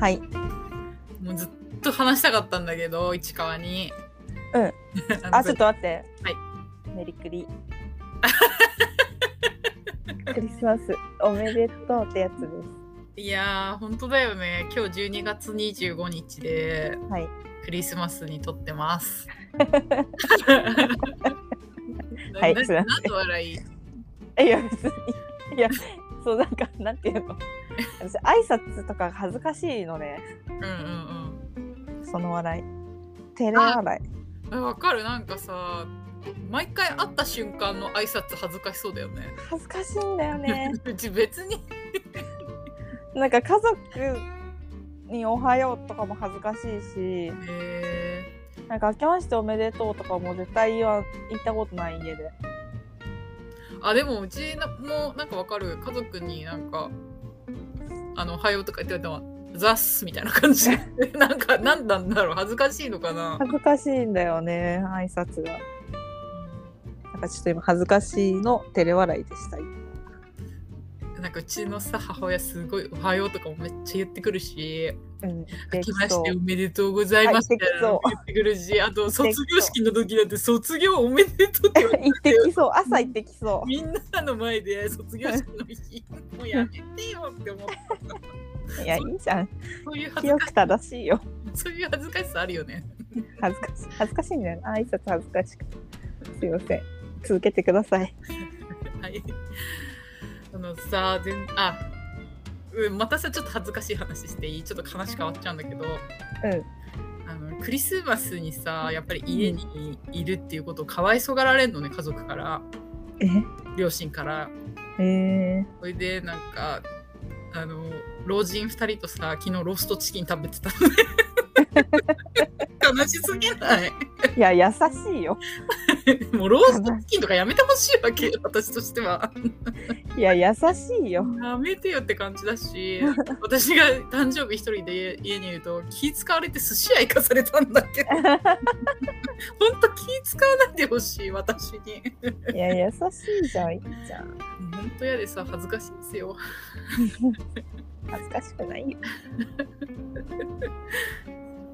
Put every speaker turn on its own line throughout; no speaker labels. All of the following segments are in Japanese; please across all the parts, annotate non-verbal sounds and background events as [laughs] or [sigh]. はい
もうずっと話したかったんだけど市川に [laughs]
うん
あの
あちょっと待って
はい
メリクリ [laughs] クリスマスおめでとうってやつで
いやー本当だよね今日12月25日です
はい
クリスマスに撮ってます。
[laughs] はい
な
すいません
なんと笑い。
えいや別にいやそうなんかなんていうの私挨拶とか恥ずかしいのね
うんうん
その笑い照れ笑
うんえ。わかるなんかさ、毎回会った瞬間の挨拶恥ずかしそうだよね
[laughs] い。恥ずかしいんだよ
[laughs]
ね
うち別に。
なんか家族に「おはよう」とかも恥ずかしいし
え
なんか「明けましておめでとう」とかも絶対言わ言ったことない家で
ー、あでもうちなもなんかわかる家族になんかあのおはようとか言ってたの。ザッスみたいな感じ [laughs] なんか何なんだろう恥ずかしいのかな
恥ずかしいんだよね挨拶がなんかちょっと今恥ずかしいの照れ笑いでした
なんかうちのさ母親すごい「おはよう」とかもめっちゃ言ってくるし
うん
明
で
け
き
ま
そ
してお
う
めでとうございます
は
み
いでき
たいな
そ
の
う
言ってくるし、あと
そう
卒業式の時だって卒業おめでと
[laughs]
うって言われて
行ってきそう朝行ってきそう
みんなの前で卒業式の日もうやめてよって思った
いやいいじゃん
そういう恥ず
清
か
く正しいよ
そういう恥ずかしさあるよね。
恥ずかしい恥ずかしいんだよな挨拶恥ずかしくてすいません続けてください
はい。あのさ全あうんまたさちょっと恥ずかしい話していいちょっと話変わっちゃうんだけど。あのクリスマスにさやっぱり家にいるっていうことをかわいそがられんのね家族から
え
両親から
え
それでなんかあの老人2人とさ昨日ローストチキン食べてた [laughs] のね悲しすぎない
ー、いや優しいよ
もうローストチキンとかやめてほしいわけ私としてはい
や優しいよ
やめてよって感じ
[laughs]
だし私が誕生日一人で家家にいると気使われて寿司屋行かされたん
[laughs]
だけどほんと気使わないでほしい私に
いや優しいじゃんいいじゃん
ほんと嫌でさ恥ずかしいんですよ
恥ずかしくないよ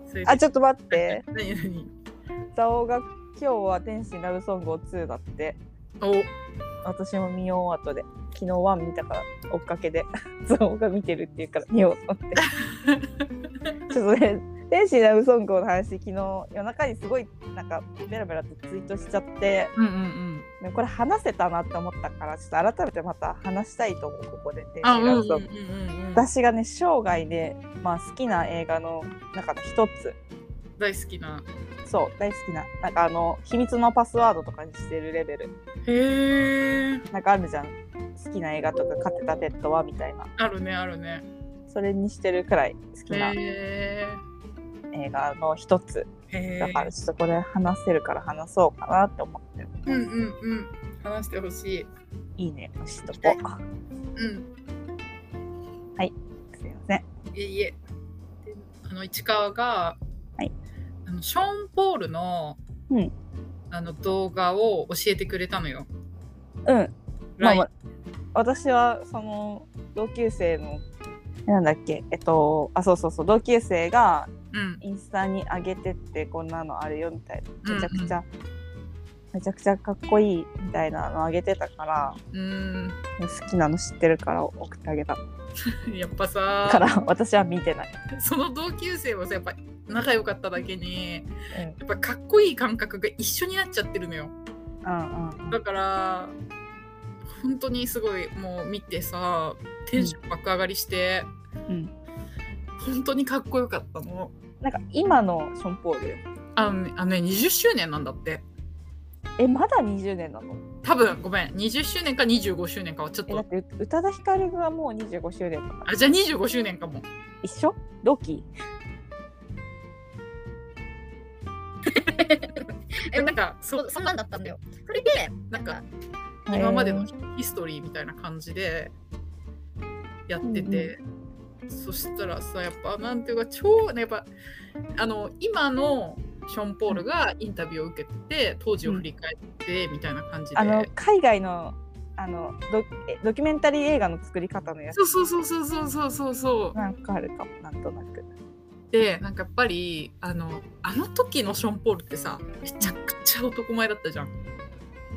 それで
あちょっと待って
何何
蔵王が今日は天使ラブソングを2だって
お
私も見よう後で昨日1見たから追っかけで [laughs] 蔵王が見てるっていうから見ようと思って
[laughs]
ちょっとね天使ラブソングの話昨日夜中にすごいなんかベラベラとツイートしちゃって
うんうんうん
でもこれ話せたなって思ったからちょっと改めてまた話したいと思うここで天
あう
使
んう
ラブ
んうん
ソ
う
ング。
んうん
私がね生涯で、まあ、好きな映画の中の一つ
大好きな
そう大好きななんかあの秘密のパスワードとかにしてるレベル
へえ
なんかあるじゃん好きな映画とか飼ってたペットはみたいな
あるねあるね
それにしてるくらい好きな
へ
映画の一つ
えへえ
だからちょっとこれ話せるから話そうかなって思ってる
うんうんうん話してほしい
いいね押しとこう
うん
すいません
いえいえであの市川が、
はい
あのショーン・ポールの、
うん
あの動画を教えてくれたのよ
うんまあ、
LINE
まあ、私はその同級生のなんだっけえっとあそうそうそう同級生が
うん
インスタに上げてってこんなのあるよみたいなめちゃくち
ゃ
ゃ、めちゃくちゃかっこいいみたいなのあげてたから
うん
好きなの知ってるから送ってあげた
やっぱ
か
さ
ら私は見てない、
その同級生はさやっぱ仲良かっただけに
うん、
やっぱかっこいい感覚が一緒になっちゃってるのよ
うんうん
だから本当にすごいもう見てさテンション爆上がりして、
うん
本当にかっこよかったの
なんか今のション・ポール
あのねあのね20周年なんだって
えまだ20年なの
多分ごめん20周年か25周年かはちょっ
えだ
と
ってう宇多田ヒカルがもう25周年とか
あじゃあ25周年かも
一緒同期
えなんかそ
そんなんだったんだよ。それで、
なんか今までのヒストリーみたいな感じでやってて、そしたらさやっぱなんていうか超ねやっぱあの今のショーン・ポールがインタビューを受けて当時を振り返ってみたいな感じで、
あの海外のあのドえドキュメンタリー映画の作り方のやつ
そうそうそうそうそうそうそうそう
なんかあるかもなんとなく
でなんかやっぱりあのあの時のショーン・ポールってさめちゃくちゃ男前だったじゃん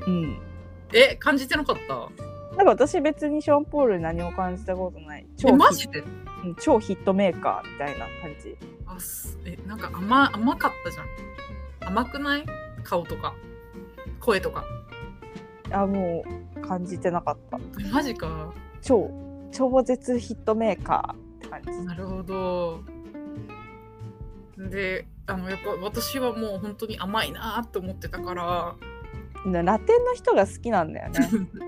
うん
え感じてなかった
なんか私別にショーン・ポールに何も感じたことない超
えマ
ヒ
ジで
うん超ヒットメーカーみたいな感じ
あすえなんか甘甘かったじゃん甘くない顔とか声とか
あもう感じてなかった
えマジか
超超絶ヒットメーカーって感じ
なるほどであのやっぱ私はもう本当に甘いなと思ってたから
なラテンの人が好きなんだよね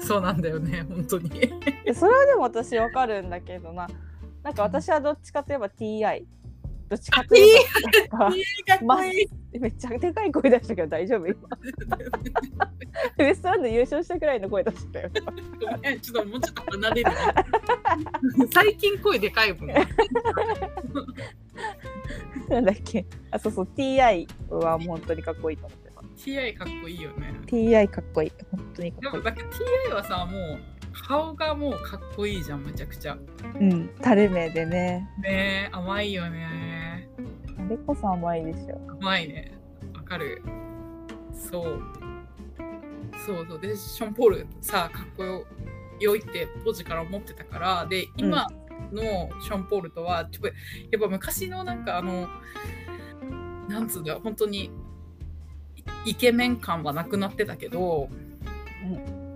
そうなんだよね本当に
でそれはでも私わかるんだけどななんか私はどっちかといえば TI どっちかといえばなんかま
いい
めっちゃでかい声出したけど大丈夫今ウエストランド優勝したくらいの声出したよ
ごめんちょっともうちょっと離れるね最近声でかいもんね
なんだっけあそうそう TI は本当にかっこいいと思ってた
TI かっこいいよね
TI かっこいい本当にか
で
っこ
も
いい
なんか TI はさもう顔がもうかっこいいじゃんめちゃくちゃ
うん垂れ目でね
ねえ甘いよね
あれこそ甘いでしょ
甘いねわかるそうそうそうでション・ポールさかっこよ良いって当時から思ってたからで今のション・ポールとはちょっとやっぱ昔のなんかあのなんつうんだ本当にイイケメン感はなくなってたけど、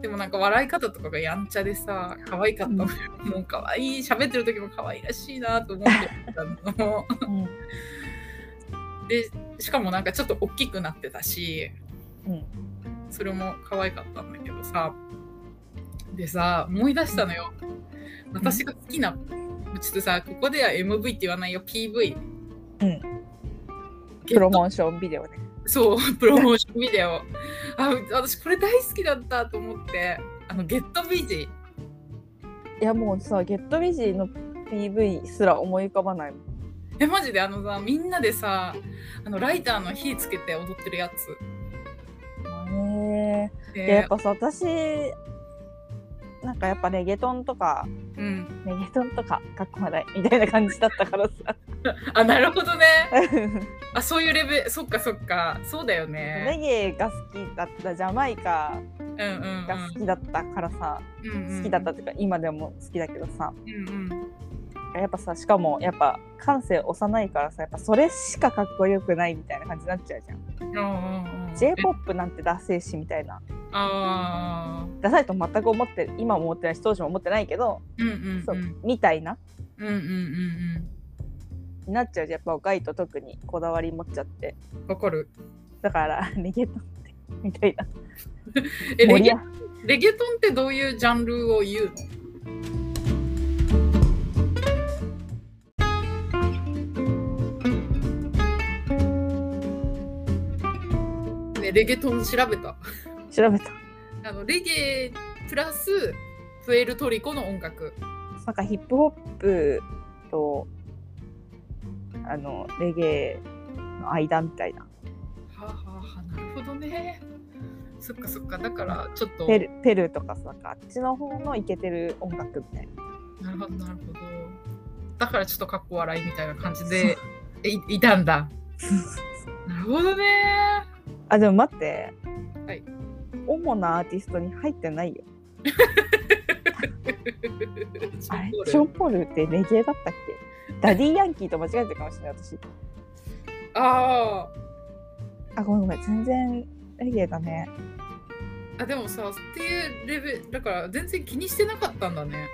でもなんか笑い方とかがやんちゃでさ可愛かったのよ、もう可愛い喋ってる時も可愛らしいなと思ってたの
うん
でしかもなんかちょっと大きくなってたし
うん
それも可愛かったんだけどさでさ思い出したのよ私が好きなちょっとさここでは MV って言わないよ PV
うん
ゲット
プロモーションビデオね
そう [laughs] プロモーションビデオあ私これ大好きだったと思ってあのゲットビジ
いやもうさゲットビジーの PV すら思い浮かばないもん
えマジであのさみんなでさあのライターの火つけて踊ってるやつ
ねえいややっぱさ私なんかやっぱレゲトンとか
うん、
レゲトンとかかっこ笑いみたいな感じだったから [laughs] さ
あなるほどねあそういうレベルそっかそっかそうだよ
レ
ね
ゲエが好きだったジャマイカ
うんうん
が好きだったからさ、
うんうん
好きだったっていうか今でも好きだけどさ
うんうん
やっぱさしかもやっぱ感性幼いからさやっぱそれしかかっこよくないみたいな感じになっちゃうじゃん、
うんうんうん
j p o p なんてダセーしみたいな
ああ
ダサいと全く思って今も思ってないし当時も思ってないけど
うんうん
そううんみたいな
うんうんうん
になっちゃうじゃんやっぱ若いと特にこだわり持っちゃって
うんわかる
だから [laughs] レゲトンってみたいな
えレ
盛り
ゲ
上が
レゲトンってどういうジャンルを言うのねレゲトン調べた
調べた
あのレゲエプラスプエルトリコの音楽
なんかヒップホップとあのレゲエの間みたいな
はあ、はあはあ、なるほどねそっかそっかだからちょっと
ペルペルーとかさなんかあっちの方のイケてる音楽みたいな
なるほどなるほどだからちょっとかっこ笑いみたいな感じでいいたん
[laughs]
だなるほどね
あでも待って、
はい、
主なアーティストに入ってないよ
シ
あ
ョ
れ
ンポール
ショーン・ポールってレゲエだったっけダディ・ヤンキーと間違えてるかもしれない私
あ
あごめんごめん全然レゲエだね
ーあでもさっていうレベルだから全然気にしてなかったんだね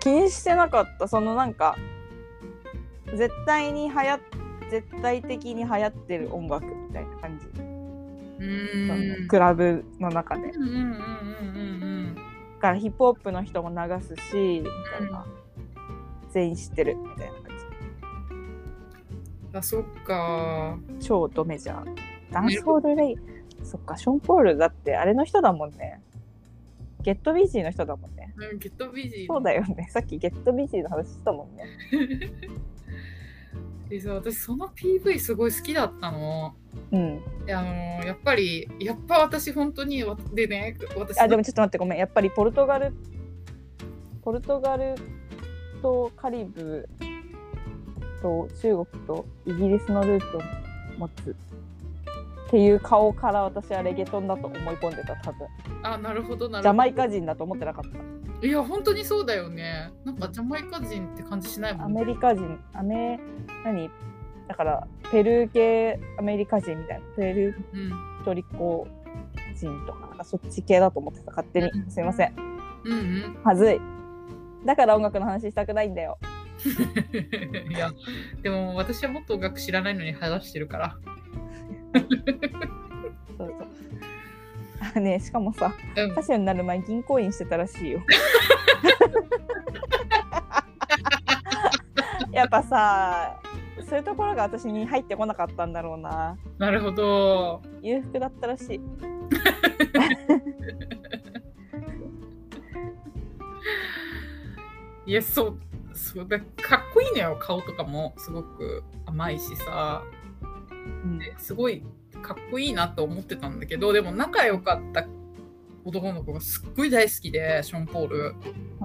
気にしてなかったそのなんか絶対に流行っ絶対的に流行ってる音楽みたいな感じ、
う
そ
ー
の
ん
クラブの中で
うんうんうんうん
だからヒップホップの人も流すしみたいな、全員知ってるみたいな感
うんあそっか
じ超ドメジャーダンスホールレイそっかショーン・ポールだってあれの人だもんねゲットビジーの人だもんね
うんゲットビジー
そうだよねさっきゲットビジーの話したもんね
でさ私その PV すごい好きだったの。
うん。
であのーやっぱりやっぱ私本当にわでね私の
あでもちょっと待ってごめんやっぱりポルトガルポルトガルとカリブと中国とイギリスのルーツを持つっていう顔から私はレゲトンだと思い込んでた多分
あなるほどなるほど
ジャマイカ人だと思ってなかった
いや本当にそうだよねなんかジャマイカ人って感じしないも
ア
んね
メリカ人アメ何だからペルー系アメリカ人みたいなペル
うん
ートリコ人とかなんかそっち系だと思ってた勝手にすいません
うんうん
はずいだから音楽の話したくないんだよ
[laughs] いやでも私はもっと音楽知らないのに話してるから
そうそうあねしかもさ
うん
歌手になる前銀行員してたらしいよ [laughs] やっぱさそういうところが私に入ってこなかったんだろうな
なるほど
裕福だったらしい
いやそうそうだかっこいいのよ顔とかもすごく甘いしさ
うん
すごいかっこいいなと思ってたんだけどでも仲良かった男の子がすっごい大好きでショーン・ポール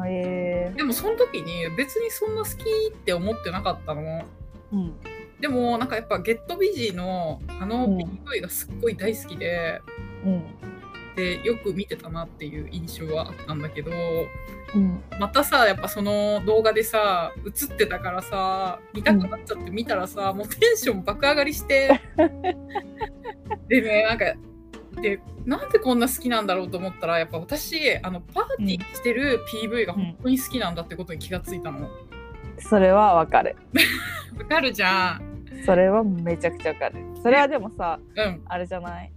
へえ
でもその時に別にそんな好きって思ってなかったの
うん
でもなんかやっぱ「ゲットビジーのあの
うん
PV がすっごい大好きで,、
うん
でよく見てたなっていう印象はあったんだけど
うん
またさやっぱその動画でさ映ってたからさ見たくなっちゃって見たらさ、もうテンション爆上がりしてでねなんかでなんでこんな好きなんだろうと思ったらやっぱ私あのパーティーしてる PV が本当に好きなんだってことに気がついたの。
それはわかる
わかるじゃん。
それはめちゃくちゃわかるそれはでもさ
うん。
あれじゃない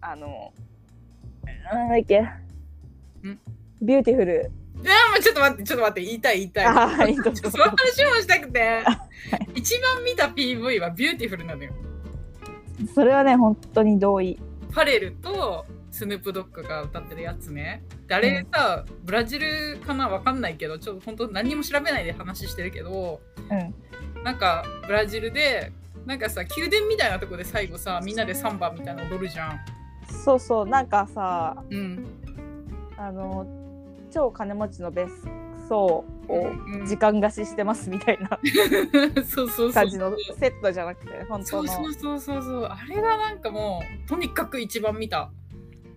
あのなんだっけビューティフル
いやもうちょっと待ってちょっと待って言いたい言いたい。
あーいい
ち
と思
ょっと
う
[laughs] その話もしたくて、一番見た PV はビューティフルなのよ。
それはね本当に同意
ファレルとスヌープドッグが歌ってるやつね。であれさ、ブラジルかなわかんないけど、ちょっと本当何にも調べないで話してるけど、
うん
なんかブラジルで、なんかさ、宮殿みたいなとこで最後さ、みんなでサンバみたいなの踊るじゃん。
そうそうなんかさ
うん。
あの超金持ちの別荘を
うん
時間貸ししてますみたいな
[laughs] そうそうそう
感じ。のセットじゃなくて本当
そうそ
の
うそうそうそう。あれがなんかもう、とにかく一番見た。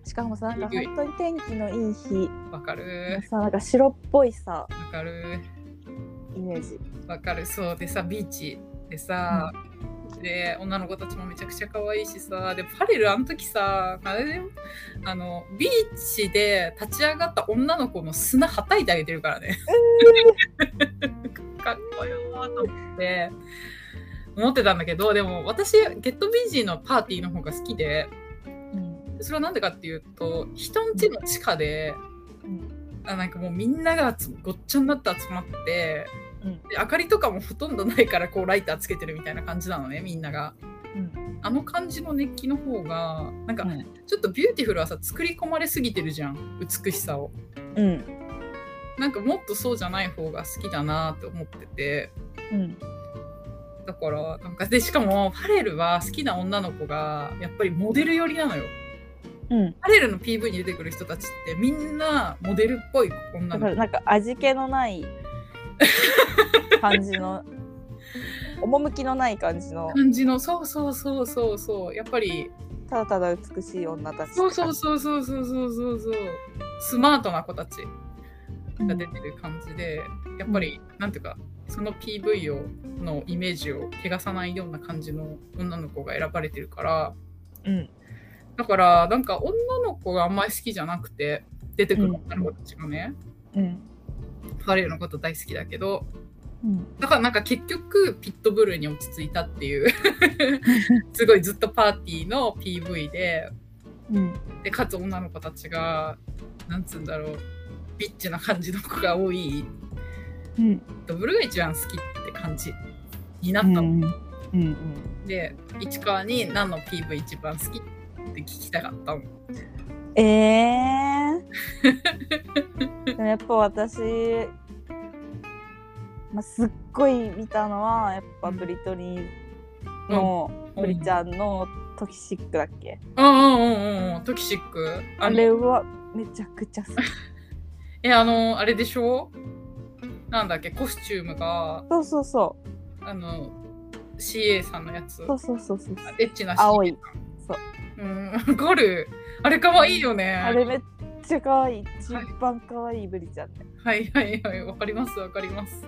しかもさなんか本当に天気のいい日
わかる。
さなんか白っぽいさ
わかる。
イメージ
わかるそうでさビーチでさ、で女の子たちもめちゃくちゃ可愛いしさでパレルあの時さあれだよあのビーチで立ち上がった女の子の砂はたいてあげてるからね [laughs] かっこよーと思って思ってたんだけどでも私ゲットビジーのパーティーの方が好きで
うん
それはなんでかっていうと人んちの地下で、
うん
あなんかもうみんなが集まごっちゃになって集まって
うん
で明かりとかもほとんどないからこうライターつけてるみたいな感じなのねみんなが
うん
あの感じの熱気の方がなんか
うん
ちょっとビューティフルはさ作り込まれすぎてるじゃん美しさを
うん
なんかもっとそうじゃない方が好きだなと思ってて
うん
だからなんかでしかもファレルは好きな女の子がやっぱりモデル寄りなのよ
うん
ファレルの PV に出てくる人たちってみんなモデルっぽい女
だか
の子
らなんか味気のない感じ
[laughs]
の趣のない感じの
感じのそうそうそうそうそうやっぱり
ただただ美しい女たち
そうそうそうそうそうそうそうそうスマートな子たちが出てる感じで、やっぱりなんていうかその PV をのイメージを汚さないような感じの女の子が選ばれてるから
うん
だからなんか女の子があんまり好きじゃなくて出てくる
うん
女の子たちがね、
うん
ファレルのこと大好きだけど
うん
だからなんか結局ピットブルーに落ち着いたっていう [laughs] すごいずっとパーティーの PV で
うん
でかつ女の子たちがなんつうんだろうビッチな感じの子が多い
うん
ドブルーが一番好きって感じになっ
う
た
ん
の、
うんうん
で市川に何の PV 一番好きって聞きたかったの
え
[laughs]
えー、でもやっぱ私まあ、すっごい見たのはやっぱブリトニーの、
うん
ブリちゃんのトキシックだっけ、
うんうんうんうんトキシック
あ
の
れはめちゃくちゃ好き
えあのあれでしょなんだっけコスチュームが
そうそうそ
あの CA さんのやつ
うそうそうそうそう
エッチな CA
青いそう
うんゴルあれかわいいよね
あれめっちゃ可愛い一番可愛いブリちゃんね
はいはいはいわかりますわかります